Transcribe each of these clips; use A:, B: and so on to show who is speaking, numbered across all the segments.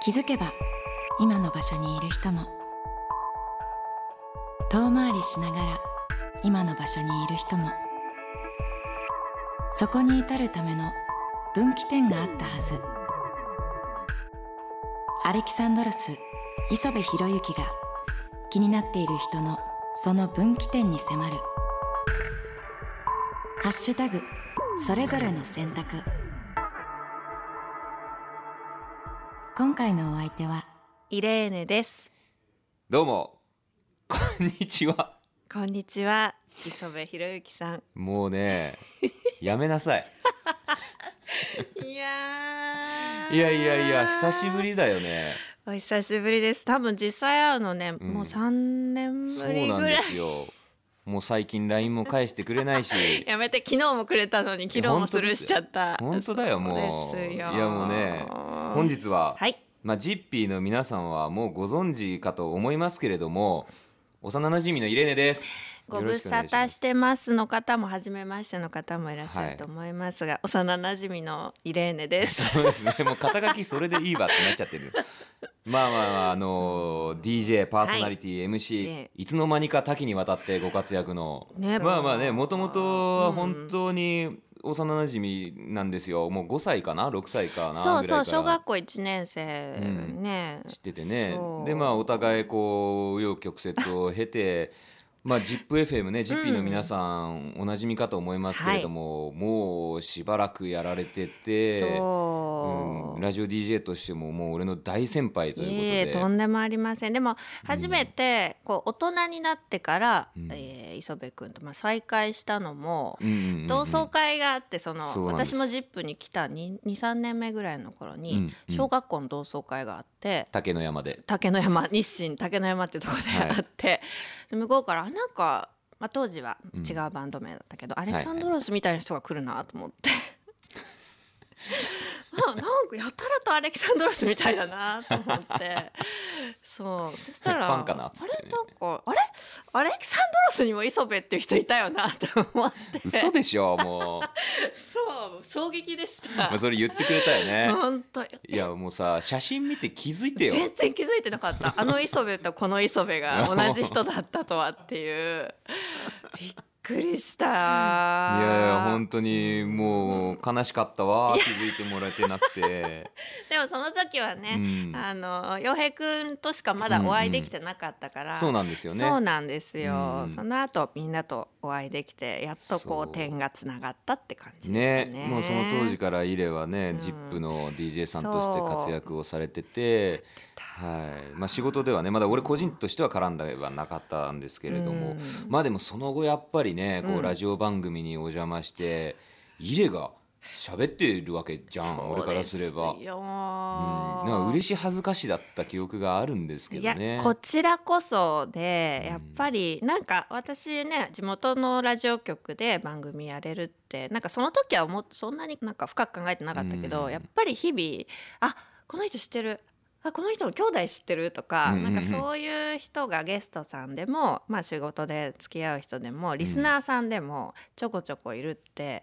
A: 気づけば今の場所にいる人も遠回りしながら今の場所にいる人もそこに至るための分岐点があったはずアレキサンドロス磯部博之が気になっている人のその分岐点に迫る「ハッシュタグそれぞれの選択」今回のお相手は
B: イレーネです
C: どうもこんにちは
B: こんにちは磯部博之さん
C: もうねやめなさい
B: いや
C: いやいやいや久しぶりだよね
B: お久しぶりです多分実際会うのね、
C: うん
B: もう三年
C: そ
B: ぶ
C: う
B: り
C: なん
B: ぐら
C: で
B: い
C: すよもう最近 LINE も返してくれないし
B: やめて昨日もくれたのに昨日もスルーしちゃった
C: 本当だよもう
B: そうですよ
C: いやもうね本日は、
B: はい
C: まあ、ジッピーの皆さんはもうご存知かと思いますけれども幼馴染みのイレネです
B: ご無沙汰しててますの方も初めましての方もいらっしゃると思いますが、幼なじみのイレーネです
C: そうですねもう肩書きそれでいいわってなっちゃってるまあまあまああのー DJ パーソナリティ、MC
B: ええ
C: いつの間にか多岐にわたってご活躍の、
B: ね
C: まあまあねもとも
B: う
C: と
B: ん
C: 本当に幼馴染なんですよもう5歳かな6歳かなぐ
B: そ
C: ら
B: う
C: い
B: そう小
C: から
B: 学校一年生、
C: うん
B: ね
C: 知っててね
B: そう
C: でまあお互いこう紆余曲折を経てまあ ZIPFM ね ZIP の皆さんおなじみかと思いますけれども、もうしばらくやられてて
B: そう、
C: うん、ラジオ DJ としてももう俺の大先輩ということ
B: ええ
C: で、
B: とんでもありませんでも初めてこう大人になってから、
C: うん
B: えー磯部君とまあ再会したのも、
C: うんうんうんうん
B: 同窓会があってその
C: そうなんです
B: 私も ZIP に来た23年目ぐらいの頃に、
C: うんうん
B: 小学校の同窓会があって
C: 竹の山で、
B: 竹の山 日清竹の山っていうところで
C: はい
B: あって、で向こうからなんか、まあ、当時は
C: うん
B: 違うバンド名だったけど、ア
C: い
B: レキサンドロスみたいな人が来るなと思って。 ななんかやたらとアレキサンドロスみたいだなと思ってそうそしたら
C: ファンかなっつってね
B: あれなんかあれアレキサンドロスにも磯部っていう人いたよなと思って
C: 嘘でしょも
B: そ
C: う
B: う衝撃でし
C: ま
B: た
C: あそれ言ってくれた よね
B: 本当
C: いやもうさ写真見て気づいてよ
B: 全然気づいてなか ったあの磯部とこの磯部が同じ人だったとはって いうびっくりしたい
C: いやいや本
B: 当
C: 当にもう悲しかったわ気づいてもらえてな くて、
B: でもその時は
C: う
B: ね、
C: ん、
B: あの洋平くんとしかまだお会いできてなかったから、
C: そうなんですよね
B: そうなんですよ、
C: うん
B: その後みんなとお会いできてやっとこ
C: そう
B: う点がつながったって感じで
C: ね
B: したね
C: もうその当時からイレはね、
B: うん
C: ZIP の DJ さんとして活躍をされてて、はいまあ、仕事ではねまだ俺個人としては絡んだはなかったんですけれども、
B: うん
C: まあでもその後やっぱりねこ
B: う
C: うんラジオ番組にお邪魔して、イレが喋ってるわけじゃん俺からすれば。
B: そううんでよ
C: なんか嬉し恥ずかしだった記憶があるんですけど
B: い
C: ね
B: や。こちらこそで
C: うん
B: やっぱりなんか私ね地元のラジオ局で番組やれるってなんかその時はもうそんなになんか深く考えてなかったけど、
C: うん
B: やっぱり日々あこの人知ってるあこの人の兄弟知ってるとか、
C: うんうんうん
B: なんかそういう人がゲストさんでも、まあ、仕事で付き合う人でもリスナーさんでもちょこちょこいるって、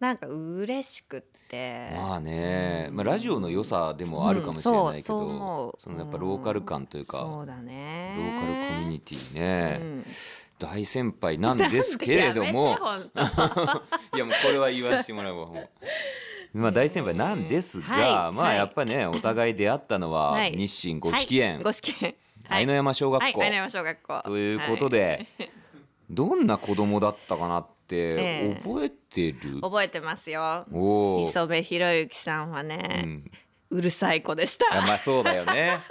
B: なんか嬉しくって。
C: まあね、
B: うん
C: まあ、ラジオの良さでもあるかもしれないけど、
B: うんそうそう思う
C: そのやっぱローカル感というか、
B: そうだね
C: ローカルコミュニティね、
B: うん
C: 大先輩 なんですけれど もいやもうこれは言わせてもらうわもう まあ大先輩なんですが、
B: はい
C: まあ
B: はい
C: やっぱねお互い出会ったのは
B: はい
C: 日清五色園、
B: ご試験。
C: 愛の山小学
B: はい、
C: 校、
B: 愛の山小学校。
C: ということで、どんな子供だったかなって
B: ええ
C: 覚えてる、
B: はい、覚えてますよ。
C: おお、
B: 磯部博之さんは
C: う
B: ね、
C: ん、
B: うるさい子でし
C: いや
B: た。
C: まあそうだよね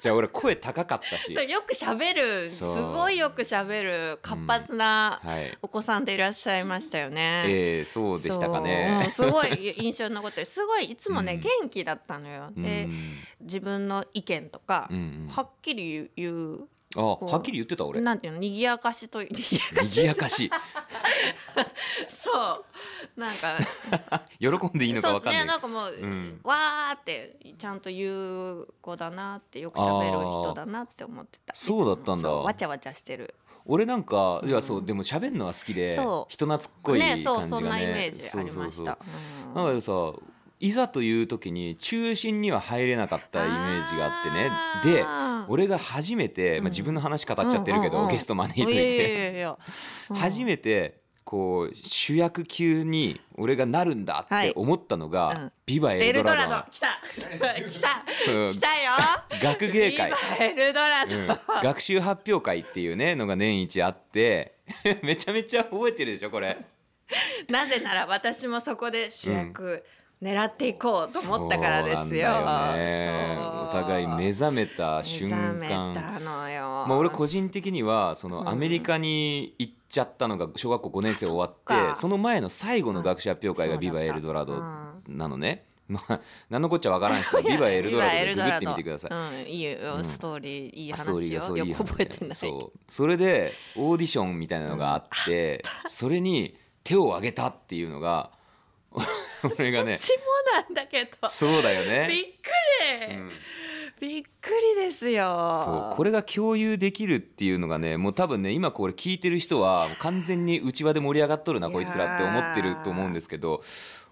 C: じゃあ俺声高かったし
B: そうよく喋る、す
C: そう
B: ごいよく喋る、活発な
C: はい
B: お子さんでいらっしゃいましたよね。
C: ええそうでしたかね。
B: そううんすご い印象に残ってる、すごいいつもね、
C: うん
B: 元気だったのよ。で、自分の意見とか、
C: うんうん
B: はっきり言う。
C: あ、はっきり言ってた俺。
B: なんていうの賑やかしと賑やかし
C: 賑やかしい。
B: そうなんか
C: 喜んでいいのかわ
B: そ
C: かん
B: うですね
C: な。
B: ないんかもう、
C: うん
B: わーってちゃんと言う子だなってよく喋る人だなって思ってた
C: あーそうだったんだ
B: いつもそうわちゃわちゃしてる
C: 俺なんか、いやそうでも喋るのは好きで
B: そう
C: 人懐っこい感じがね。
B: そうそんなイメージありまし
C: そうそうそう
B: たうん
C: なんかさいざという時に中心には入れなかったイメージがあってねで
B: で
C: 俺が初めて、
B: うん
C: まあ、自分の話語っちゃってるけ
B: う
C: ど、
B: んうんうん
C: ゲスト招いとい
B: いやいや
C: て
B: いやい や
C: 初
B: て
C: めてこう主役級に俺がなるんだっ
B: は
C: て
B: い
C: 思ったのが「
B: うん
C: ビバエ
B: エ
C: ル
B: ル
C: ド
B: ド
C: ラ
B: ラ
C: ドン
B: ド来た 来た
C: そう
B: 来たよ
C: 学芸会、
B: 今エルドラド、
C: うん学習発表会っていうねのが年一あって めちゃめちゃ覚えてるでしょこれ
B: なぜなら私もそこで主役狙っていこうと思ったからですよ,、
C: そうなんだよね
B: そう
C: お互い目覚めた瞬間
B: 目覚めたのよ
C: まあ、俺個人的にはそ
B: うん
C: のアメリカに行っちゃったのが小学校5年生終わって
B: あそっか
C: その前の最後の学習発表会
B: う
C: が「
B: ん
C: ビバエルドラ
B: う
C: ド
B: ん」
C: なのね。まあ、何のこっちゃわか らん人はビバエルドラド」でググってみてくださ
B: い。
C: い。
B: うん、いいよ、
C: うん
B: ストーリー、いい
C: ストーリ
B: 話
C: ーがそ
B: よ。
C: ういい
B: よく
C: 話
B: 覚えてない。
C: そうそれでオーディションみたいなのがあって、それに手を挙げたっていうのが 俺がね
B: 私もなんだけど。
C: そうだよ
B: び
C: ね
B: っ。くり、
C: うん
B: びっくりですよ。
C: そうこれが共有できるっていうのがねもう多分ね今これ聞いてる人は完全に内輪で盛り上がっとるない
B: やー
C: こいつらって思ってると思うんですけど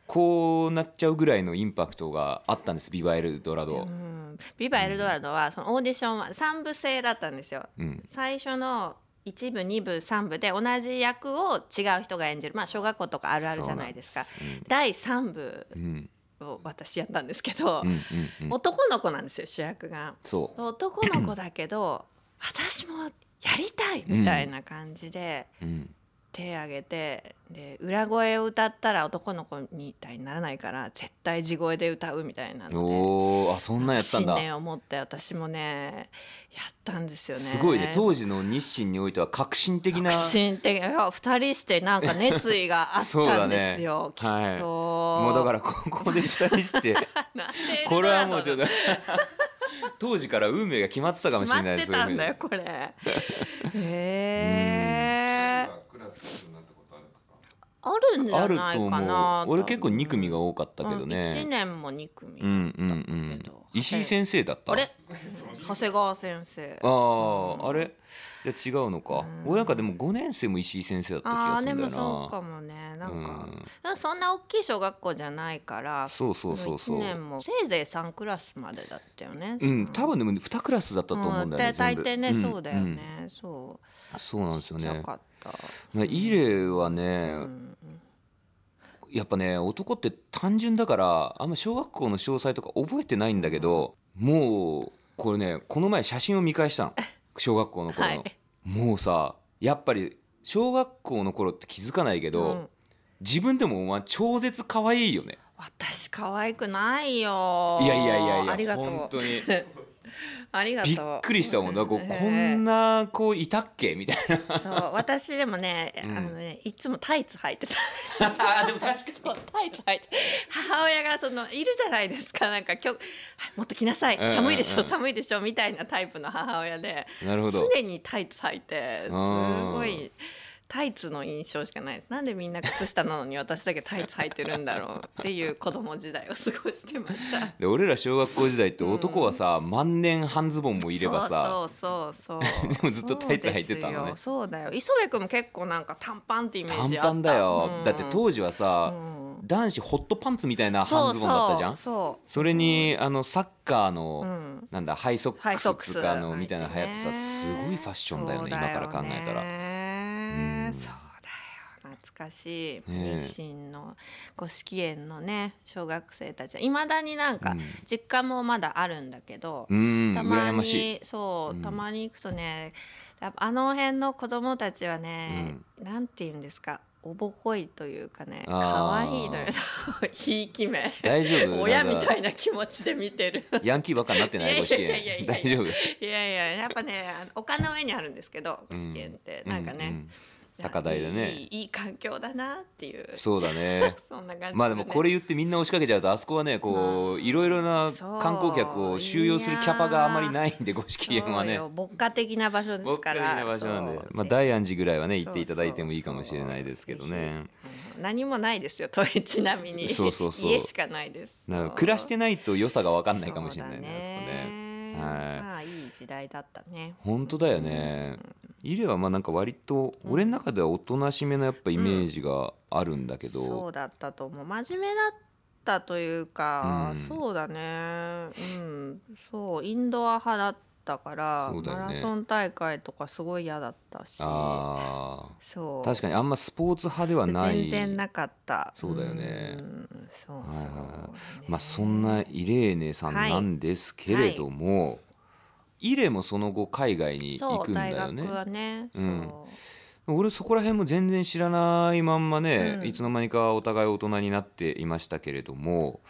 C: こうなっちゃうぐらいのインパクトがあったんです「ビバエルドラ
B: う
C: ド
B: んビバエルドラドはそのオーディションは三部制だったんですよ。」
C: うん
B: 最初の一部二部三部で同じ役を違う人が演じるまあ小学校とかあるあるじゃないですか
C: そうなんです
B: 第三部
C: うんうん
B: を私やったんですけど、
C: うんうんうん
B: 男の子なんですよ主役が
C: そ
B: 男の子だけど私もやりたいみたいな感じで
C: う、うん、
B: 手挙げてで裏声を歌ったら男の子みたいにならないから絶対地声で歌うみたいなの
C: おーあそんなん
B: で
C: やったん
B: 信
C: だ、
B: 念を持って私もねやったんですよね。
C: すごいね当時の日清においては革新的な
B: 革新的いや二人してなんか熱意があっ
C: そう
B: た
C: だ
B: ん
C: ね
B: ですよ、きっと、
C: はいもうだからこ こで期 待して
B: なんで
C: これはもうちょっ
B: エルドラドだ
C: と当時から運命が決まってたかもし
B: 決
C: れ
B: ま
C: ない
B: っ
C: で
B: て
C: すよね
B: たんだよこれへえ
D: クラス一緒になったことあるんですか
B: あるんじ
C: あ
B: ゃ
C: ると
B: ないかな
C: 思う俺結構2組が多かったけど
B: 1
C: ね、
B: 年も2組
C: うん、うんうん石井先生だった
B: あれ長谷川先生
C: あーあれじゃあ違うのか
B: うん
C: 俺なんかでも5年生も石井先生だった気
B: あ
C: が
B: あ
C: する
B: で
C: んだ
B: も
C: よな
B: そうかもねなんか
C: うん
B: なんかそんな大きい小学校じゃないから
C: そうそうそうそう
B: 1年もせいぜい3クラスまでだったよね
C: うん多分でも2クラスだったと思うんだよね
B: ん大抵ね
C: 全部
B: そうだよ
C: ん
B: ねそう
C: うんそうなんです
B: ち
C: よ
B: っち
C: ね
B: ゃかった
C: まあイレはね、
B: うん
C: やっぱね男って単純だからあんま小学校の詳細とか覚えてないんだけどもうこれねこの前写真を見返したの小学校の頃の、
B: はい
C: もうさやっぱり小学校の頃って気づかないけど、
B: うん
C: 自分でもお前超絶可愛いよね
B: 私可愛くないよ
C: いやいやいやい や
B: ありがとう
C: 本当に
B: ありがとう
C: びっくりしたもんだからこうこ
B: へえ
C: んな子いたっけみたい な
B: そう私でもね、
C: うん
B: あのねいつもタイツ履いてた
C: あでも確かに
B: そうタイツ履いて母親がそのいるじゃないですかなんか今日もっと着なさい
C: うんうんうん
B: 寒いでしょ、寒いでしょみたいなタイプの母親で
C: なるほど
B: 常にタイツ履いてす
C: うん
B: ごいタイツの印象しかないですなんでみんな靴下なのに私だけタイツ履いてるんだろうっていう子供時代を過ごしてました
C: で俺ら小学校時代って男はさ、万年半ズボンもいればさ
B: そうそうそうそう
C: でもずっとタイツ履いてたのね
B: そうですよそうだよ磯部君も結構なんか短パンってイメー
C: 短
B: ジあった
C: パンだよ、
B: うん
C: だって当時はさ、
B: うん
C: 男子ホットパンツみたいな半ズボンだったじゃんそ
B: そう
C: れに、あのサッカー
B: そう
C: の、
B: そう、うん、
C: なんだハイソ
B: ハ
C: ッ
B: イソッ
C: ク
B: ク
C: ス
B: ス
C: とかのみたいなの流行ってさすごいファッションだよね今から考えたらう
B: ら
C: ん
B: そうだよ懐かしい
C: ねえ
B: 日清の五色園のね小学生たちはいまだになんか
C: うん
B: 実家もまだあるんだけど、
C: うん
B: たま
C: 羨ましい
B: にそううんたまに行くとね、やっぱあの辺の子供たちはね、なんて言うんですかおぼこいというかね
C: あー
B: 可愛いのよ ひいき目
C: 大丈 夫
B: 親
C: なん
B: み
C: か
B: たいな気持ちで見てる
C: ヤンキーばっかになってないい
B: や
C: ご
B: い
C: 試
B: やいやいや
C: 験
B: いや
C: 大丈夫
B: いやいややっぱねあの丘の上にあるんですけど
C: うん
B: 試験って、なんか
C: う
B: ね、
C: ん高台でね
B: いいいい環境だなっていう
C: そうだね
B: そんな感じするね
C: まあでもこれ言ってみんな押しかけちゃうとあそこはねこういろいろな観光客を収容するキャパがあまりないんで五色園は
B: そう
C: ね
B: よ牧歌的な場所ですから
C: 僕から見た場所なんで
B: そう
C: まあ大安寺ぐらいはね行っていただいてもいいかもしれないですけどね
B: そうそうそう何もないですよとちなみに
C: そうそうそう
B: 家しかないです
C: なんか暮らしてないと良さが分かんないかもしれない
B: そうだ
C: ねあそこね
B: ね
C: はい
B: まあいい時代だったね
C: 本当だよねイレはまあなんか割と俺の中ではおとなしめなやっぱイメージがあるんだけど、
B: そうだったと思う真面目だっったというか、
C: うん
B: そうだねうんそうインドア派だったから、
C: そうだよね
B: マラソン大会とかすごい嫌だったし
C: あ
B: そ
C: ー
B: う
C: 確かにあんまスポーツ派ではない
B: 全然なかった
C: そうだよね
B: うんそうそう、
C: はいはいまあ、そんなイレーネさん
B: はい
C: なんですけれども、イレもその後海外に
B: そう
C: 行くんだよ
B: 大
C: ね
B: 学はね、そううん
C: 俺そこら辺も全然知らないまんまね、
B: うん
C: いつの間にかお互い大人になっていましたけれども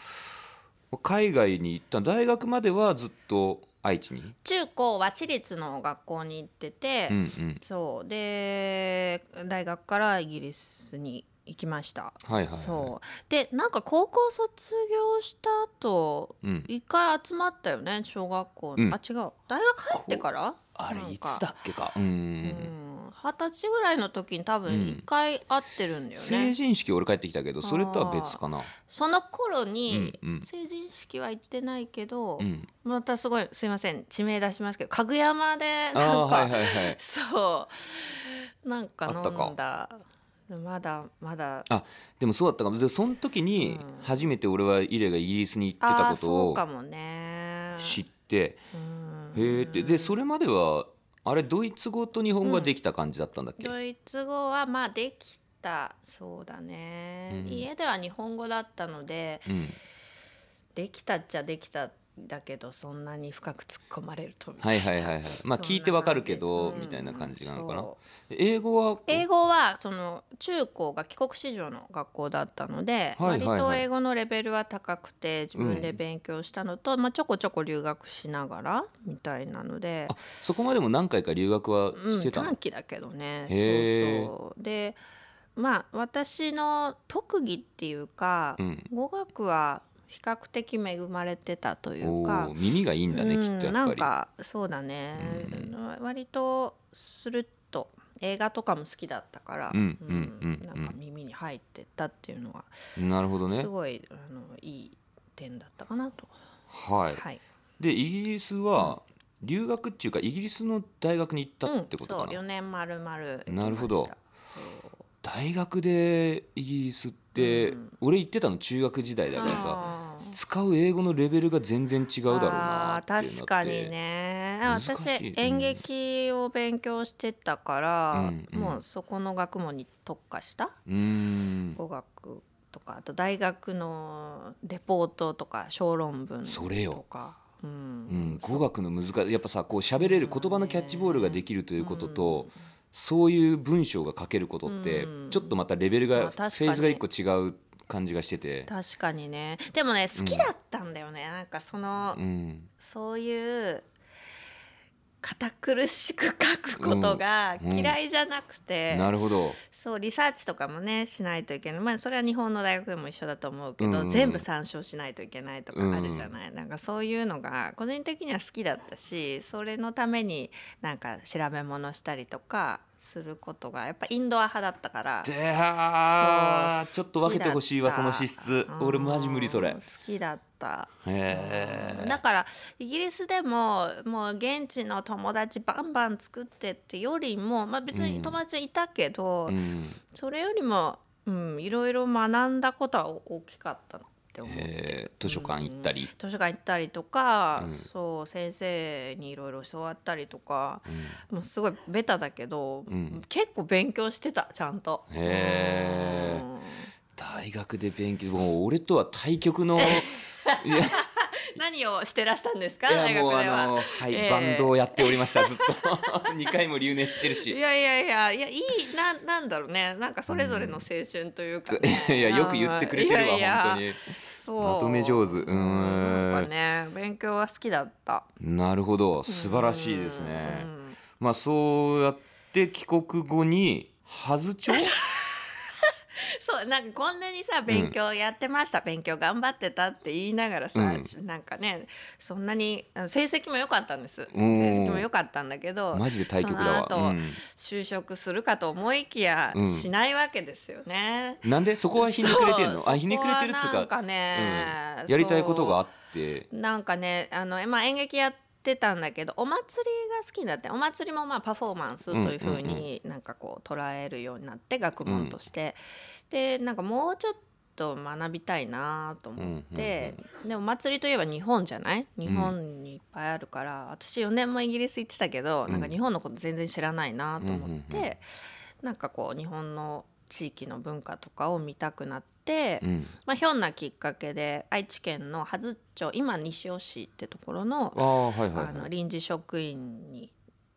C: 海外に行った大学まではずっと愛知に、
B: 中高は私立の学校に行ってて、
C: うんうん、
B: そうで大学からイギリスに行きました、
C: はいはい、はい、
B: そうでなんか高校卒業した後
C: う、ん、
B: 一回集まったよね小学校、
C: うん
B: あ違う大学入ってから
C: あれ
B: なんか
C: いつだっけかう
B: うんん二十歳ぐらいの時に多
C: う
B: 分
C: ん
B: 一回会ってるんだよね、
C: 成人式俺帰ってきたけどそれとは別かな
B: その頃
C: う
B: に
C: んうん
B: 成人式は行ってないけど、
C: うん
B: またすごいすいません地名出しますけどかぐやまで
C: あ
B: なんか、
C: あはいはいはい
B: そうなんか
C: あったか
B: 飲んだまだまだ
C: でもそうだったかもでその時
B: う
C: に
B: ん
C: 初めて俺はイレがイギリスに行ってた
B: あー
C: こ
B: そ
C: と
B: う
C: を
B: かもね
C: 知って
B: うん
C: へえってでそれまではあれドイツ語と日本語ができた感じだったんだっけ、
B: ドイツ語はまあできたそうだね、
C: うん
B: 家では日本語だったので
C: うん
B: できたっちゃできたんだけどそんなに深く突っ込まれるとみた
C: はいいはいはいはいまあ
B: な
C: 聞いてわかるけど
B: 感じ
C: みたいな感じなのか
B: うん
C: な
B: そう
C: 英語は
B: 英語はその中高が帰国子女の学校だったので、
C: はいはいはい
B: 割と英語のレベルは高くて自分で勉強したのと、まあ、ちょこちょこ留学しながらみたいなので
C: あ、そこまでも何回か留学は
B: う
C: し
B: ん、
C: てたの、
B: 短期だけどね
C: へー
B: そうそうでまあ私の特技っていうか、
C: うん
B: 語学は比較的恵まれてたというか
C: おー耳がいいんだね、
B: うん
C: きっとやっぱり
B: なんかそうだね、
C: う
B: 割とするっと映画とかも好きだったから、
C: うんうんうん
B: なんか耳に入ってったっていうのは
C: なるほどね
B: すごい、あのいい点だったかなと、
C: はい、
B: はい
C: でイギリスは留学っていうかイギリスの大学に行った
B: うん
C: ってことか
B: そう
C: な、
B: 4年まるまる
C: なるほど
B: そう
C: 大学でイギリスって、
B: うん
C: 俺行ってたの中学時代だからさ
B: あー
C: 使う英語のレベルが全然違うだろうな
B: あー
C: っていうのって
B: 確かにね
C: 難しい
B: 私
C: うん
B: 演劇を勉強してたから、
C: うんうん
B: もうそこの学問に特化した
C: うーん
B: 語学とかあと大学のレポートとか小論文とか
C: それよ
B: う、
C: うんん、語学の難しいやっぱさこう喋れる
B: そうだね
C: 言葉のキャッチボールができるということと、そういう文章が書けることって、
B: うん
C: ちょっとまたレベル
B: ま
C: が、
B: あ確かに
C: フェーズが一個違う感じがしてて、
B: 確かにねでもね好きだったんだよね、なんかその、
C: うん、
B: そういう堅苦しく書くことが嫌いじゃなくて、
C: なるほど
B: そうリサーチとかもねしないといけない、まあ、それは日本の大学でも一緒だと思うけど、
C: うん
B: 全部参照しないといけないとかあるじゃない、なんかそういうのが個人的には好きだったしそれのためになんか調べ物したりとかすることがやっぱインドア派だったから。
C: であーちょっと分けてほしいわ
B: 好
C: そ
B: きだ
C: の
B: った
C: 資質俺マジ無理それ
B: う
C: へ
B: ん好きだった
C: え
B: だからイギリスでももう現地の友達バンバン作ってってよりも、まあ、別に友達いたけど、
C: うん、
B: それよりも、うん、いろいろ学んだことは大きかったなって思う。
C: えー図書館行ったり、
B: 図書館行ったりとか、
C: うん
B: そう先生にいろいろ教わったりとか
C: うん
B: もうすごいベタだけど、
C: うん
B: 結構勉強してたちゃんと。
C: へー
B: うん
C: 大学で勉強もう俺とは対局 のいや
B: 何をしてらしたんですか
C: い
B: 大
C: や
B: 学
C: もうあ
B: では
C: の、。はい
B: ええ
C: バンドをやっておりましたずっと 二回も留年してる
B: い
C: し
B: やいやいやいやいいななんだろうねなんかそれぞれの青春というかね、
C: いやいやよく言ってくれてるわ
B: いやいや
C: 本
B: そう
C: まとめ上手うーん
B: なんかね勉強は好きだった
C: 当になるほど素晴らしいですねまあそうやって帰国後にハズ帳
B: そうなんかこんなにさ勉強やってました、勉強頑張ってたって言いながらさ、
C: うん
B: ちなんかねそんなにあの成績も良かったんです成
C: うん
B: 績も良かったんだけど
C: マジで対局だわ
B: その後、
C: うん
B: 就職するかと思いきや、
C: うん
B: しないわけですよね。
C: なんでそこはひねくれて
B: そ
C: ん
B: う
C: のあひねくれてるっつ
B: そうこはな
C: か
B: んかね、
C: うん、やりたいことがあ
B: っ
C: って
B: なんかねあの、まあ、演劇やってたんだけどお祭りが好きになってお祭りもまあパフォーマンスというふう
C: うんうん
B: になんかこう捉えるようになって学問として、でなんかもうちょっと学びたいなと思って、でも祭りといえば日本じゃない日本にいっぱいあるから、私4年もイギリス行ってたけど、なんか日本のこと全然知らないなと思って、
C: うんうんう
B: なんかこう日本の地域の文化とかを見たくなって、
C: うん、
B: まあ、ひょんなきっかけで愛知県の羽津町今西尾市ってところの
C: ああはいはい
B: あ
C: は
B: の
C: い
B: 臨時職員に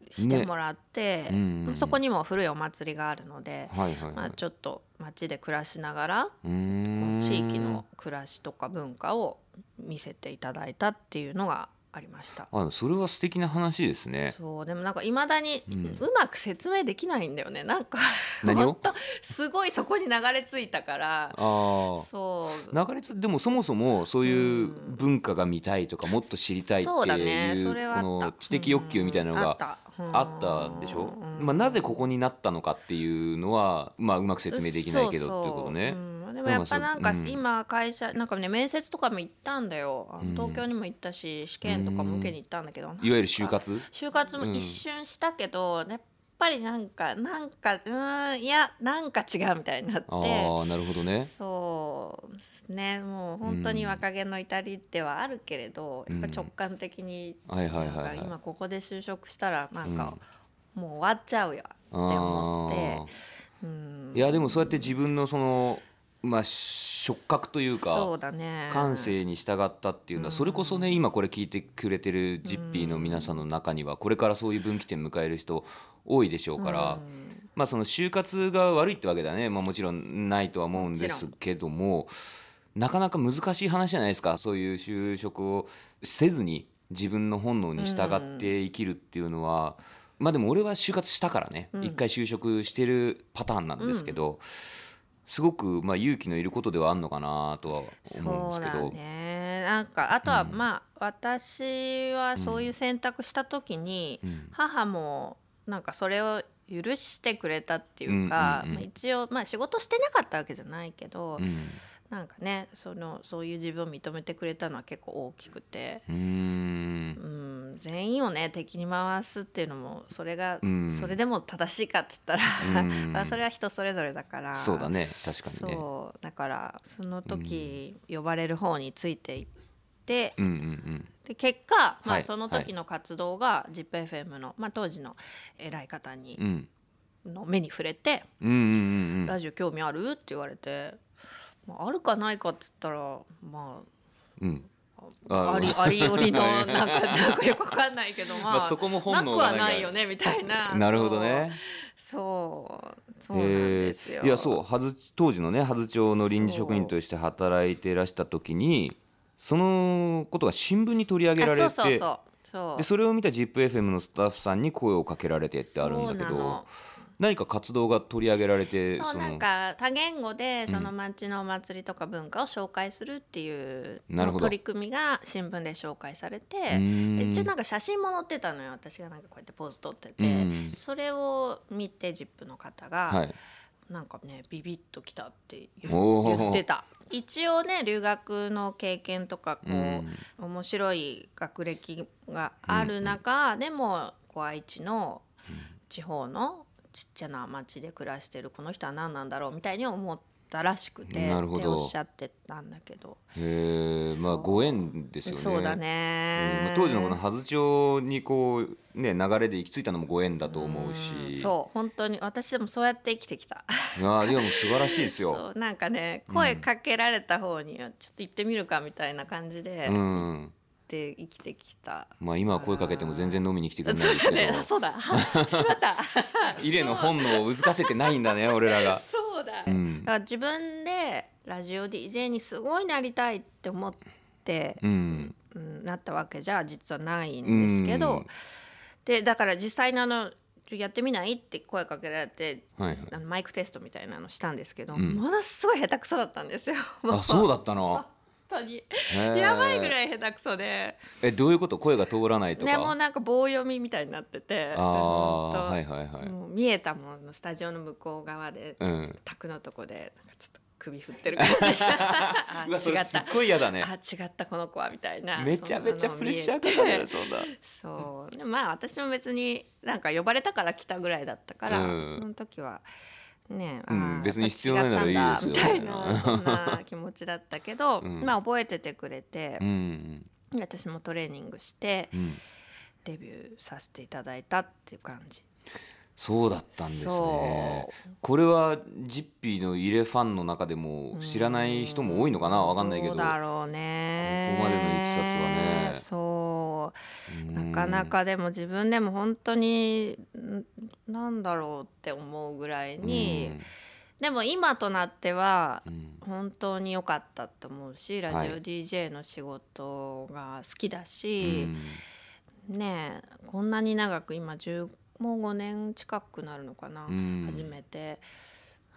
B: してもらって、
C: うんうんうん
B: そこにも古いお祭りがあるので、
C: はいはい
B: ま
C: は
B: あ、
C: い
B: ちょっと町で暮らしながら
C: うーん
B: 地域の暮らしとか文化を見せていただいたっていうのがありました。
C: あそれは素敵な話です ね
B: そうでもなんかいまだに
C: うん
B: うまく説明できないんだよね、なんか
C: 何を
B: 本当すごいそこに流れ着いたから
C: あ
B: そう
C: あ流れつでもそもそもそういう
B: うん
C: 文化が見たいとかもっと知りたいって
B: そうだね
C: いう
B: それはあ
C: こ
B: った
C: の知的欲求みたいなの
B: うん
C: が
B: うん
C: あったでしょ、
B: うん
C: まあ、なぜここになったのかっていうのは、まあ、うまく説明できないけどっていうことね
B: そうそううんでもやっぱなんか
C: うん
B: 今会社なんかね面接とかも行ったんだよあの
C: うん
B: 東京にも行ったし試験とかも受けに行ったんだけどなんか
C: いわゆる就活
B: 就活も
C: うん
B: 一瞬したけど、やっぱりなんかなんかうーんいやなんか違うみたいになっ
C: あ
B: て。
C: あなるほどね
B: そうですねもう本当に若気の至りではあるけれど、
C: うん
B: やっぱ直感的に、
C: はいはいはい
B: な
C: は
B: ん
C: い
B: か今ここで就職したらなんか、もう終わっちゃうよって
C: あ
B: 思って
C: ー。
B: うん
C: いやでもそうやって自分のそのまあ触覚という
B: そ
C: か
B: うだね
C: 感性に従ったっていうのはそれこそね今これ聞いてくれてるジッピーの皆さんの中にはこれからそういう分岐点迎える人多いでしょうから
B: うん
C: まあその就活が悪いってわけだねまあもちろんないとは思うんですけどもなかなか難しい話じゃないですかそういう就職をせずに自分の本能に従って生きるっていうのは、まあでも俺は就活したからね
B: うん
C: 一、回就職してるパターンなんですけど、すごくまあ勇気のいることではあるのかなとは思うん
B: そう
C: ですけ
B: だ
C: ど。
B: ねなんかあとはまあ、私はそういう選択した時に、
C: うん
B: 母もなんかそれを許してくれたっていうか、
C: うんうんう
B: ま
C: ん
B: あ一応まあ仕事してなかったわけじゃないけど、
C: うん
B: なんかねそのそういう自分を認めてくれたのは結構大きくて。
C: うーん
B: うん、全員をね敵に回すっていうのもそれが、
C: うん
B: それでも正しいかっつったら、
C: う ん
B: まあそれは人それぞれだから
C: そうだね確かにね。
B: そうだからその時呼ばれる方についていって、
C: うんうん
B: で結果、ま
C: は
B: あ、
C: い
B: その時の活動が ZIPFM の、まあ、当時の偉い方に
C: うんうん
B: の目に触れて
C: うんうん
B: 「
C: うんうん
B: ラジオ興味ある?」って言われて「まあ、あるかないか」って言ったらま
C: うん
B: あ。ありありよ りのなんかなんかよくわかんないけどまあ、
C: まあそこも本
B: な
C: 能
B: くは
C: がないから
B: ないよねみたいな
C: なるほどね。
B: そうそうそうなんですよ、
C: えーいやそうはず当時のね羽津町の臨時職員として働いてらした時にそのことが新聞に取り上げられて
B: あそうそうそうそう
C: でそれを見た ZIPFM のスタッフさんに声をかけられてってあるんだけ
B: そうな
C: ど
B: の
C: 何か活動が取り上げられて
B: そう
C: の
B: なんか多言語で
C: ん
B: その町のお祭りとか文化を紹介するっていう
C: なるほど
B: 取り組みが新聞で紹介され
C: う
B: て
C: ーん
B: 一応なんか写真も載ってたのよ私がなんかこうやってポーズ取って
C: う
B: て
C: ん
B: それを見て ZIP の方
C: は
B: が
C: い、
B: なんかねビビッときたって言
C: おー
B: う言ってた。一応ね留学の経験とかこう、
C: うん
B: 面白い学歴がある中、でもこう愛知の地方のちっちゃな町で暮らしてるこの人は何なんだろうみたいに思ったらしくて
C: なるほど
B: っておっしゃってたんだけど、
C: えまあ
B: そう
C: ご縁ですよね
B: そうだ
C: うんま
B: ね
C: あ、、当時のこの羽津町にこうね流れで行き着いたのもご縁だと思う
B: うん
C: し
B: そう本当に私でもそうやって生きてきた
C: いやでもう素晴らしいですよ。
B: そうなんかね声かけられた方に、ちょっと行ってみるかみたいな感じで、
C: う
B: 行っ
C: ん
B: て生きてきた。
C: まあ今は声かけても全然飲みに来てくれな い
B: そ
C: で
B: う
C: す
B: だ
C: け
B: ね
C: ど、
B: あそうだ、 あしまった。
C: イレの本能をうずかせてないんだね俺らが。
B: そうだ、
C: うん
B: だから自分でラジオ DJ にすごいなりたいって思って、
C: うん。
B: うんなったわけじゃ実はないんですけど、
C: うん
B: でだから実際のあの「やってみない?」って声かけられて、
C: はいはい
B: あのマイクテストみたいなのしたんですけど、
C: ん
B: ものすごい下手くそだったんですよ。もう
C: あそう
B: 本
C: だったの。
B: 当に
C: へえ
B: やばいぐらい下手くそで、
C: えどういうこと声が通らないとか。
B: ね、もうなんか棒読みみたいになってて
C: ああ
B: 本当
C: はいはいはい。
B: もう見えたものスタジオの向こう側で
C: うん。
B: 卓のとこでなんかちょっと首振ってる感じあ
C: うわそ
B: 違
C: れ
B: っ、
C: すったごい嫌だね。
B: あ違ったこの子はみたいな
C: めちゃめちゃプレッシャーか
B: そん
C: か
B: なの
C: る
B: 見え
C: よ
B: て
C: そんな。
B: そうでもまあ私も別になんか呼ばれたから来たぐらいだったから、
C: うん
B: その時はね
C: うん
B: あー
C: 別に必要ないならいいですよ
B: やっぱ違ったんだみたいなそんな気持ちだったけど、
C: うん
B: まあ覚えててくれて
C: う、ん
B: 私もトレーニングして
C: うん、
B: デビューさせていただいたっていう感じ。
C: そうだったんですね
B: そう
C: これはジッピーの入れファンの中でも知らない人も多いのかなわかんないけど
B: どうだろうね
C: ここまでのいきさつはね
B: そう
C: うん
B: なかなかでも自分でも本当にんなんだろうって思うぐらいに、でも今となっては
C: うんうん
B: 本当に良かったと思うしラ
C: は
B: ジ
C: い
B: オ DJ の仕事が好きだ
C: う
B: し、
C: ん
B: ねえこんなに長く今10もう5年近くなるのかな、
C: うん
B: 初めて。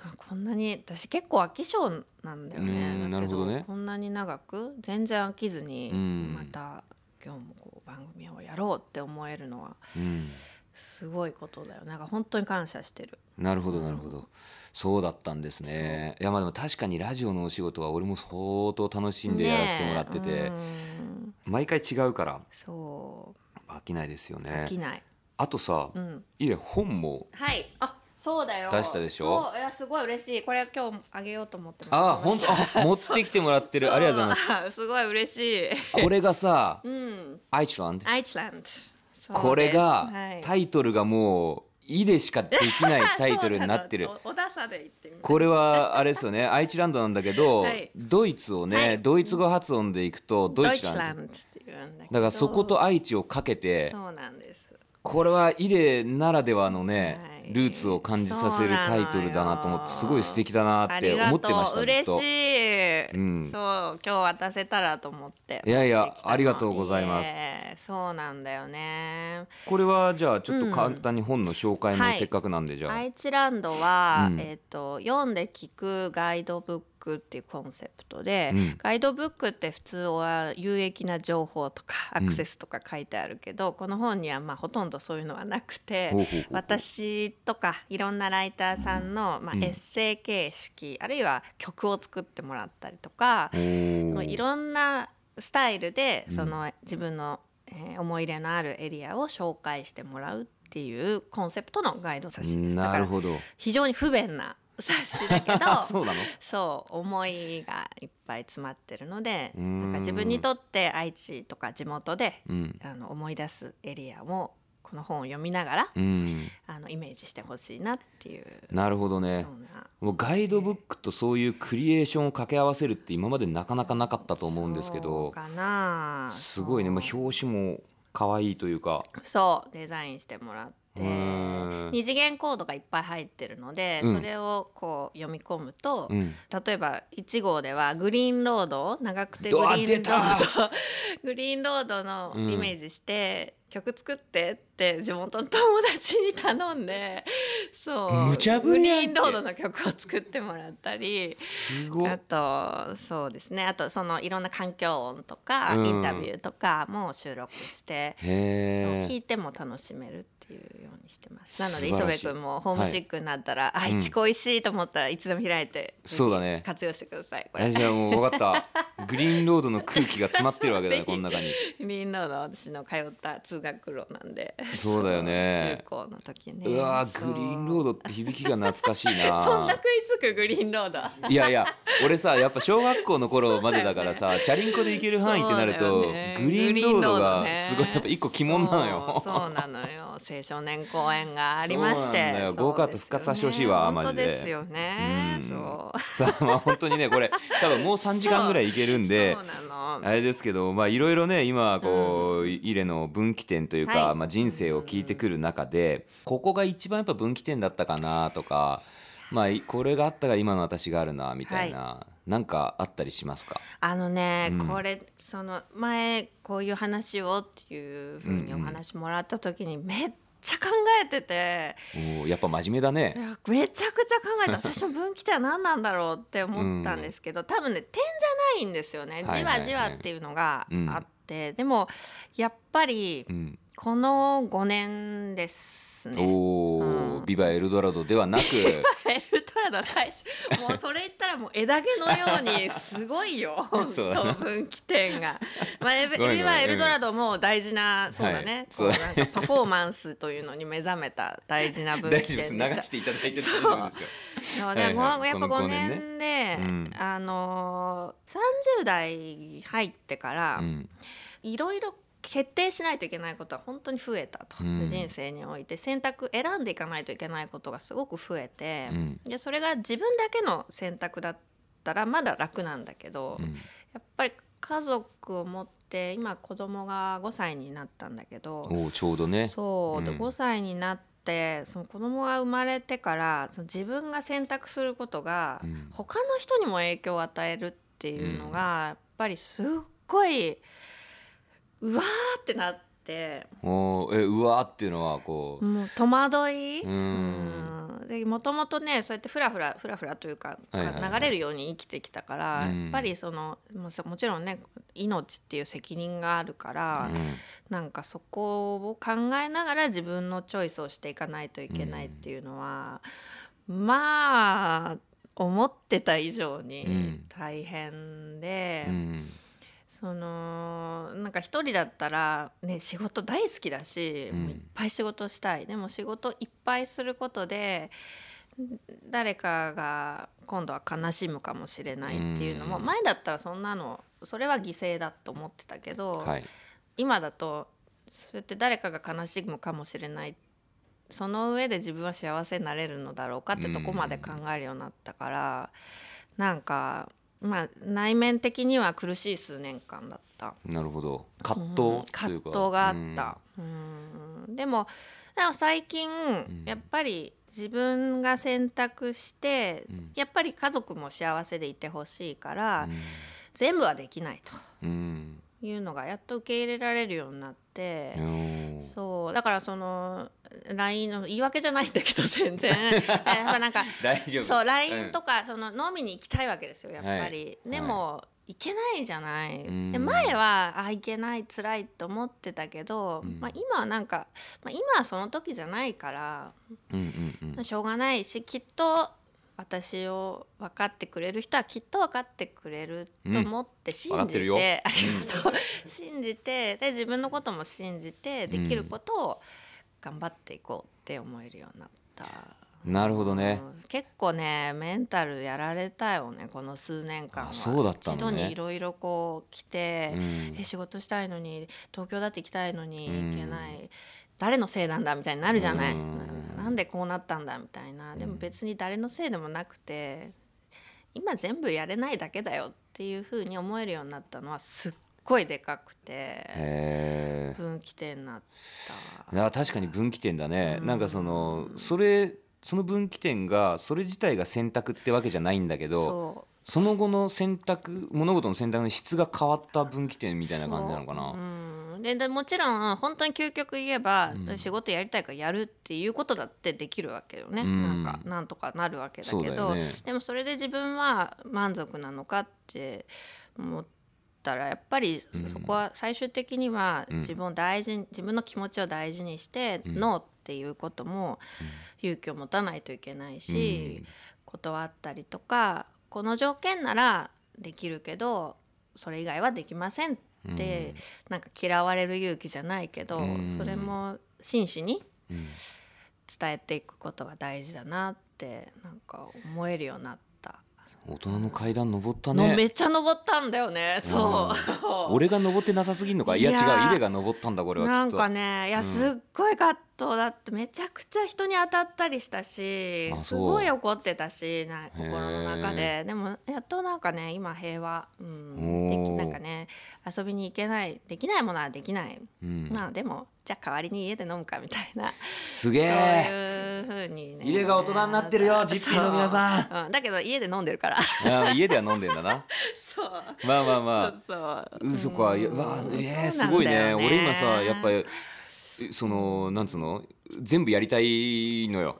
B: あこんなに私結構飽き性なんだよね
C: う
B: だ
C: ん
B: け
C: なるほどね
B: こんなに長く全然飽きずに、
C: うん
B: また今日もこう番組をやろうって思えるのは
C: うん
B: すごいことだよなんか本当に感謝してる
C: なるほどなるほどそうだったんですねいやまあでも確かにラジオのお仕事は俺も相当楽しんでやらせてもらってて、
B: ねえうん
C: 毎回違うから
B: そ
C: 飽きないですよ
B: う飽
C: ね
B: きない、
C: あとさ、
B: うん
C: いや本も
B: はいあそうだよ
C: 出したでしょ
B: そういやすごい嬉しいこれ今日あげようと思ってます
C: あ本当あ持ってきてもらってるありがとうございます
B: すすごい嬉しい
C: これがさ
B: うん
C: アイチランド
B: アイチランド
C: これが、タ
B: イ
C: イトルがもう「い」でしかできないタイトルに なってる
B: お小田さで言ってみ
C: これはあれですよねア イチランドなんだけど、
B: はい
C: ドイツをね、
B: はい
C: ドイツ語発音でいくとドイツ
B: ドイ
C: ランド
B: ツランドっていうんだけど
C: だからそこと愛知をかけて
B: そうなんです
C: これはイレならではのね、
B: はい
C: ルーツを感じさせるタイトルだなと思って
B: そ
C: す
B: うなのよ
C: ごい素敵だ
B: あ
C: なっ
B: り
C: て
B: が
C: 思っ
B: と
C: てました
B: う
C: ずっと
B: 嬉しい、
C: うん
B: そう今日渡せたらと思って
C: いやい
B: 持っ
C: や
B: てきたの
C: ありがとうございます
B: えそうなんだよね
C: これはじゃあちょっと簡単に本の紹介も
B: はい
C: せっかくなんでじゃあ、
B: アイチランドは、
C: うん
B: えー、と読んで聞くガイドブックっていうコンセプトで、
C: うん
B: ガイドブックって普通は有益な情報とかアクセスとか書いてあるけど、この本にはまあほとんどそういうのはなくて。
C: ほうほうほうほう
B: 私とかいろんなライターさんの、まあ、
C: うん
B: エッセイ形式、あるいは曲を作ってもらったりとか、
C: おー
B: もういろんなスタイルで
C: うん
B: その自分の、えー思い入れのあるエリアを紹介してもらうっていうコンセプトのガイド冊子ですだ
C: な
B: か
C: る
B: ら
C: ほど
B: 非常に不便な冊子だけど
C: そうなの
B: そう思いがいっぱい詰まってるので
C: うーん
B: なんか自分にとって愛知とか地元で
C: うん
B: あの思い出すエリアもこの本を読みながら
C: うん
B: あのイメージしてほしいなっていう。
C: なるほどね
B: そんな
C: もうガイドブックとそういうクリエーションを掛け合わせるって今までなかなかなかったと思うんですけ
B: そう
C: ど
B: かな
C: すごいね、まあ、表紙も可愛いというか
B: そうデザインしてもらって
C: うーん
B: 二次元コードがいっぱい入ってるので、
C: うん
B: それをこう読み込むと、
C: うん
B: 例えば1号ではグリーンロード長くてグリーンロー
C: うわ出
B: ド グリーンロードのイメージして、曲作ってって地元の友達に頼んで そう
C: 無茶ぶ
B: グ
C: り
B: リ
C: やんけ
B: ーンロードの曲を作ってもらったり。
C: すごい
B: あとそうですねあとそのいろんな環境音とか、
C: うん
B: インタビューとかも収録して
C: へ
B: 聞
C: え
B: いても楽しめるっていうようにしてます。なので
C: 素晴
B: 磯
C: ら
B: 部
C: しい
B: 君もホームシックになったら、愛知恋しいと思ったらいつでも開いて、
C: そうだね
B: 活用してください。これ
C: 私はもう分かったグリーンロードの空気が詰まってるわけ だよこの中に
B: みんなの私の通った通学路なんで
C: そうだよ
B: そ
C: ね
B: う中高の時ね
C: うわー
B: そう
C: グリーンロードって響きが懐かしい な
B: そんな食いつくグリーンロード
C: いやいや俺さやっぱ小学校の頃まで だからさ、チャリンコで行ける範囲ってなる
B: そう
C: と、
B: だよね
C: グリーンロード
B: グリーンロード
C: が
B: ね
C: すごいやっぱ一個鬼門なのよ
B: そうそうなのよ青少年公演がありまして
C: そうなんだよ
B: そうです
C: ゴーカート復活させてほしいわ
B: ね
C: マジで
B: 本当ですよね
C: うん
B: そう
C: さあまあ本当にねこれ多分もう3時間ぐらい行けるんで
B: そうなの
C: あれですけどまあいろいろね今こう、イレの分岐点というか、
B: はい
C: まあ、人生を聞いてくる中で、ここが一番やっぱ分岐点だったかなとか、まあ、いこれがあったから今の私があるなみたいな、なんかあったりしますか
B: あのね、
C: うん
B: これその前こういう話をっていうふうにお話もらった時にめっちゃ考えてて、
C: おーやっぱ真面目だ
B: い
C: ね。
B: やめちゃくちゃ考えた私の分岐点は何なんだろうって思ったんですけど、多分ね点じゃないんですよね
C: はい
B: じ
C: はいはい
B: わじわっていうのが
C: うん
B: あって、でもやっぱり
C: うん、
B: この5年ですね。
C: おー
B: うん
C: ビバエルドラドではなく
B: エルトラダ最初 もうそれ言ったらもう枝毛のようにすごいよ本
C: そうだな
B: 当分岐点が、ま あ、エビ
C: ごめんごめん
B: エビはエルドラドも大事なそうだ
C: はい
B: ね、こうなんかパフォーマンスというのに目覚めた大事 な分
C: 大
B: 岐
C: 丈夫です
B: 点
C: 流
B: でした
C: していただいて大丈夫です
B: そ
C: よ
B: う
C: は
B: ね、
C: い
B: ご
C: はい
B: やっぱ
C: この
B: 5
C: 五年ね
B: 年で、
C: うん
B: あのー、30代入ってから
C: うん
B: いろいろ決定しないといけないことは本当に増えたと、
C: うん
B: 人生において選択選んでいかないといけないことがすごく増えて、
C: うん
B: でそれが自分だけの選択だったらまだ楽なんだけど、
C: うん
B: やっぱり家族を持って今子供が5歳になったんだけど、
C: おーちょうどね
B: そう、で
C: うん
B: 5歳になってその子供が生まれてからその自分が選択することが、
C: うん
B: 他の人にも影響を与えるっていうのが、やっぱりすっごいうわーってなって
C: おーえうわーっていうのはこう、
B: もう戸惑い。
C: うーん
B: うんでもともとねそうやってフラフラフラフラというか、
C: はいはいはい
B: 流れるように生きてきたから、
C: うん
B: やっぱりそのもうそもちろんね命っていう責任があるから、なんかそこを考えながら自分のチョイスをしていかないといけないっていうのは、まあ思ってた以上
C: う
B: に
C: ん
B: 大変で、
C: うんうん
B: そのなんか一人だったら、ね、仕事大好きだし、
C: うん
B: もういっぱい仕事したいでも仕事いっぱいすることで誰かが今度は悲しむかもしれないっていうのも、
C: うん
B: 前だったらそんなのそれは犠牲だと思ってたけど、
C: はい
B: 今だとそうやって誰かが悲しむかもしれないその上で自分は幸せになれるのだろうかってとこまで考えるようになったから、なんか、まあ、内面的には苦しい数年間だった
C: なるほど葛藤
B: うん
C: とい
B: 葛
C: うか
B: 藤があった、うんでもでも最近、
C: ん
B: やっぱり自分が選択して、
C: うん
B: やっぱり家族も幸せでいてほしいから、
C: うん
B: 全部はできないと
C: うん
B: いうのがやっと受け入れられるようになって。
C: うん
B: そうだからその LINE の言い訳じゃないんだけ ど全然やっぱなんか
C: 大丈夫
B: そう
C: う
B: LINE
C: ん
B: とかその飲みに行きたいわけですよやっぱり、
C: はい
B: でも、行けないじゃない
C: ん
B: で前はあ行けない辛いと思ってたけど、
C: うん
B: まあ、今はなんか、まあ、今はその時じゃないから
C: うんうんうん
B: しょうがないしきっと私を分かってくれる人はきっと分かってくれると思って信
C: 分かっ
B: じ
C: て
B: て,、
C: るよ
B: ありがとう信じてで自分のことも信じてできることを頑張っていこうって思えるようになった。
C: なるほどね
B: うん結構ねメンタルやられたよねこの数年間は
C: あそうだったの
B: 一
C: ね
B: 度にいろいろこう来て、
C: うん
B: え仕事したいのに東京だって行きたいのに
C: うん
B: 行けない、誰のせいなんだみたいになるじゃない、
C: うん
B: なんでこうなったんだみたいなでも別に誰のせいでもなくて今全部やれないだけだよっていうふうに思えるようになったのはすっごいでかくて
C: へー
B: 分岐点になった。
C: あ確かに分岐点だね、
B: うん
C: なんかそのそれその分岐点がそれ自体が選択ってわけじゃないんだけど
B: そう
C: その後の選択物事の選択の質が変わった分岐点みたいな感じなのかな、
B: そううん、ででもちろん本当に究極言えば、
C: うん
B: 仕事やりたいからやるっていうことだってできるわけよね、
C: うん
B: なんかなんとかなるわけだけ
C: そう
B: ど
C: だよね
B: でもそれで自分は満足なのかって思ったらやっぱりそ
C: うん
B: そこは最終的には
C: うん
B: 自分を大事に、自分の気持ちを大事にして、
C: うん
B: ノーっていうことも勇気を持たないといけないし、断ったりとかこの条件ならできるけどそれ以外はできませんって、なんか嫌われる勇気じゃないけど、
C: うん
B: それも真摯に
C: うんうん
B: 伝えていくことが大事だなってなんか思えるようになった、
C: 大人の階段登った
B: のめ
C: ね
B: っちゃ登ったんだよね、そう
C: 俺が登ってなさすぎんのかいや
B: いやー
C: 違うイレが登ったんだこれはきっと
B: なんかねいやすっごい葛藤だってめちゃくちゃ人に当たったりしたし
C: あそう
B: すごい怒ってたしな心の中ででもやっとなんかね今平和、うん、でき
C: おー
B: なんかね遊びに行けないできないものはできない、
C: うん
B: まあでもじゃあ代わりに家で飲むかみたいな、
C: すげえ
B: そういうふうにね
C: イレが大人になってるよジッピーの皆さん
B: ん、うん、だけど家で飲んでるから
C: あー家では飲んでんだな
B: そう
C: まあまあまあ
B: そうそう
C: うんそっか、いや
B: うん
C: わあ
B: そうなんだよ
C: えー、すごいね俺今さやっぱりそのなんつうの全部やりたいのよ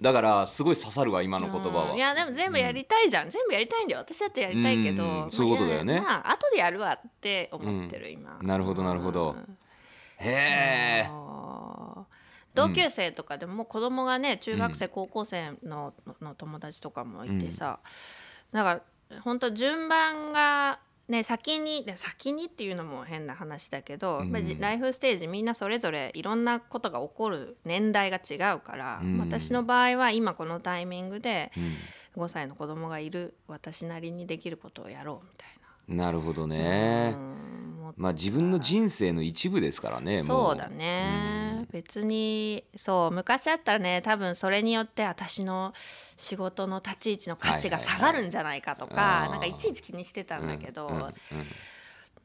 C: だからすごい刺さるわ今の言葉
B: う
C: は
B: んいやでも全部やりたいじゃん、全部やりたいんだよ私だってやりたいけど、
C: うん
B: まあ
C: そういうことだよね
B: やまあ後でやるわって思ってる、今
C: なるほどなるほどへえ
B: あー同級生とかでも子供がね中学生、高校生のの友達とかもいてさ、だから本当順番がね、先にで先にっていうのも変な話だけど、
C: うん
B: まあじライフステージみんなそれぞれいろんなことが起こる年代が違うから、
C: うん
B: 私の場合は今このタイミングで
C: うん
B: 5歳の子供がいる私なりにできることをやろうみたい
C: なるほど
B: な。
C: ね
B: う。んもっと
C: まあ自分の人生の一部ですからね。も
B: そうだね、別にそう昔だったらね多分それによって私の仕事の立ち位置の価値が下がるんじゃないかとか、
C: はいはいはいあー
B: なんかいちいち気にしてたんだけど、
C: うんうんうん
B: ま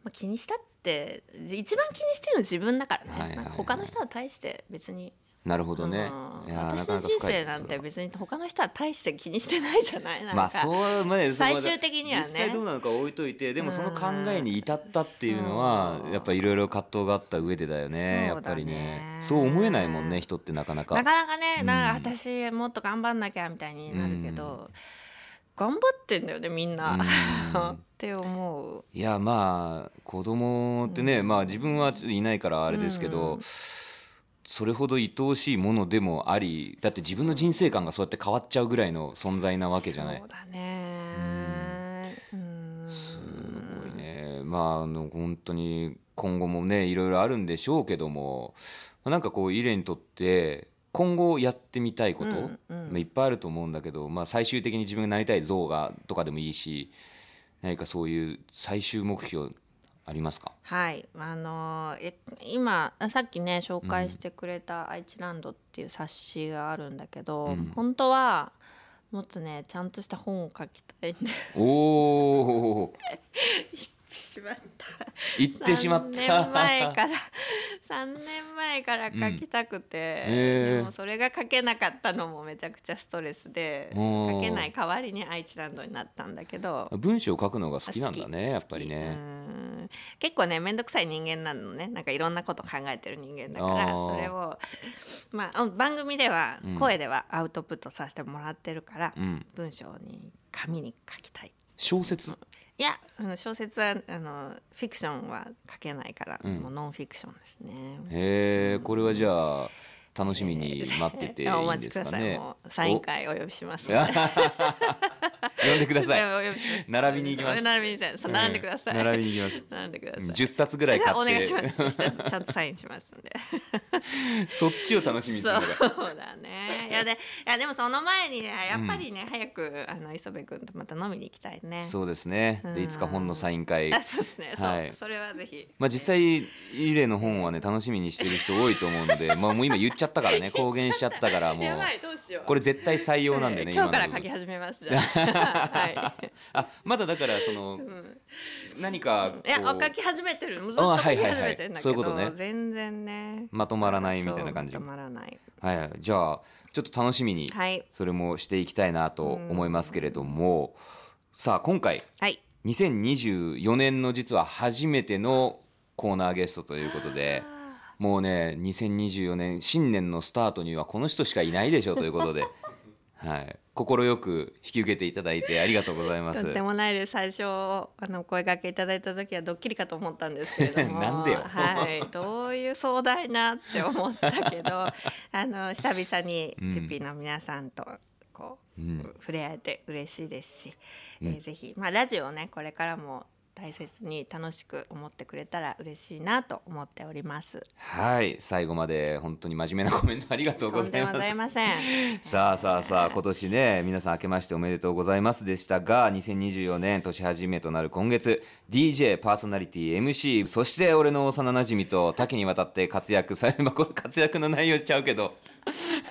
B: あ、気にしたってじ一番気にしてるの自分だからね、
C: はいはいはい
B: なんか他の人は大して別に、
C: なるほどね
B: う。ん
C: いやー
B: 私の人生なんて
C: かか深い
B: 別に他の人は大して気にしてないじゃないなんか、
C: まあそうまあねそこま
B: 最
C: で
B: 終的にはね
C: 実際どうなのか置いといてでもその考えに至ったっていうのはやっぱいろいろ葛藤があった上でだよねや
B: そうだね
C: っぱりねそう思えないもんね人ってなかなか
B: なかなかね、
C: うん
B: なんか私もっと頑張んなきゃみたいになるけど、頑張ってんだよねみんな、
C: うん
B: って思う。
C: いやまあ子供ってね、まあ自分はちょっといないからあれですけど、
B: うん
C: それほど愛おしいものでもありだって自分の人生観がそうやって変わっちゃうぐらいの存在なわけじゃない
B: そう。だね。うん。
C: すごいねまああの本当に今後もねいろいろあるんでしょうけどもまあなんかこうイレにとって今後やってみたいこと、
B: うんうん
C: まあ、いっぱいあると思うんだけど、まあ、最終的に自分がなりたい像がとかでもいいし何かそういう最終目標ありますか
B: はい、あのえ今さっきね紹介してくれた「愛知ランド」っていう冊子があるんだけど、
C: うん
B: 本当はもっとねちゃんとした本を書きたいんだ
C: おお
B: しまった
C: 言ってしまっ
B: 3年前
C: た。
B: から三年前から書きたくて、
C: うんへえ
B: でもそれが書けなかったのもめちゃくちゃストレスで
C: おー
B: 書けない代わりに愛知ランドになったんだけど
C: 文章を書くのが好きなんだねやっぱり
B: う
C: ね。
B: ん結構ね面倒くさい人間なのねなんかいろんなこと考えてる人間だから
C: あー
B: それを、まあ、うん番組では
C: うん
B: 声ではアウトプットさせてもらってるから、
C: うん、
B: 文章に紙に書きたい
C: 小説
B: いやあの小説はあのフィクションは書けないから、
C: うん
B: もうノンフィクションですね。
C: へえこれはじゃあ楽しみに待ってていい
B: あお
C: ん
B: 待
C: で
B: ち
C: す
B: く
C: か
B: ださい。
C: ね。
B: もうサイン会 お呼びします、
C: お 呼んでください。
B: お呼びします。
C: 並びに行きます
B: 並びに行きます。そう並んでください。
C: うん並びに行きます。
B: 並んでください。
C: 10冊ぐらい買っ て
B: お願いします。ちゃんとサインしますんで。
C: そっちを楽しみにする
B: そ
C: の
B: う
C: が
B: だね。いやで、いやでもその前にね、やっぱりね、早くあの磯部君とまた飲みに行きたいね。
C: そうですね
B: う
C: で
B: ん
C: いつか本のサイン会
B: あ、 そうですね。そう、
C: はい
B: それはぜひ。
C: まあ実際イレの本はね楽しみにしてる人多いと思う のでまあもう今言っちゃったからね公言しちゃったからもう
B: やばいどうしよう。
C: これ絶対採用なんでね
B: えー今日か
C: の
B: ら書き始めますじ ゃあ。はい。
C: あまだだからその
B: ん
C: 何かこ
B: いや
C: う
B: 書き始めてるずっと
C: あ
B: 書き
C: はいはいはい
B: 始めてるんだけど、
C: そういうことね
B: 全然ね
C: まとまらないみたいな感じ
B: そうまとまらない
C: はいはいじゃあちょっと楽しみに
B: はい
C: それもしていきたいなと思いますけれども、さあ今回
B: はい
C: 2024年の実は初めてのコーナーゲストということでもうね2024年新年のスタートにはこの人しかいないでしょうというこ とではい快く引き受けていただいてありがとうございま
B: と
C: す
B: んで。もないです最初あのお声掛けいただいた時はドッキリかと思ったんですけれども
C: なんでよ
B: はい、どういう壮大なって思ったけ どあの久々に
C: うん
B: チッピーの皆さんとこう、
C: うん
B: 触れ合えて嬉しいですし、
C: うん
B: えーぜひ、まあ、ラジオをねこれからも大切に楽しく思ってくれたら嬉しいなと思っております。
C: はい最後まで本当に真面目なコメントありがとう
B: と
C: ご
B: ん
C: ざい
B: でも
C: ま
B: ござ
C: す
B: い。ません。
C: さあさあさあ今年ね皆さん明けましておめでとうございますでしたが2024年年始めとなる今月 DJ パーソナリティ MC そして俺の幼なじみと多岐にわたって活躍され、 まあ、これ活躍の内容しちゃうけど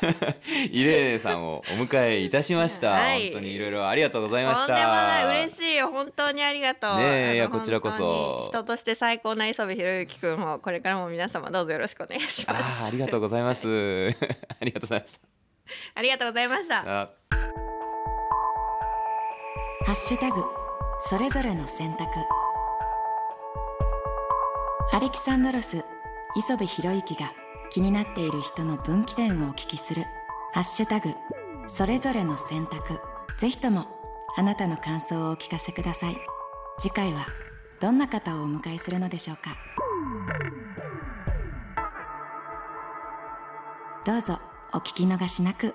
C: イレーネさんをお迎えいたしました、
B: はい
C: 本当にいろいろありがとうございまし
B: と
C: た
B: んでもない嬉しいよ本当にありがとう。
C: ね
B: あの
C: えいやこちらこそ
B: 本当に人として最高な磯部博之君をこれからも皆様どうぞよろしくお願いします。
C: あーありがとうございます ありがとうございまし
B: ありがとうございました。
C: たあ
A: ハッシュタグそれぞれの選択アレキサンドロス磯部博之が気になっている人の分岐点をお聞きする「ハッシュタグそれぞれの選択」ぜひともあなたの感想をお聞かせください次回はどんな方をお迎えするのでしょうかどうぞお聞き逃しなく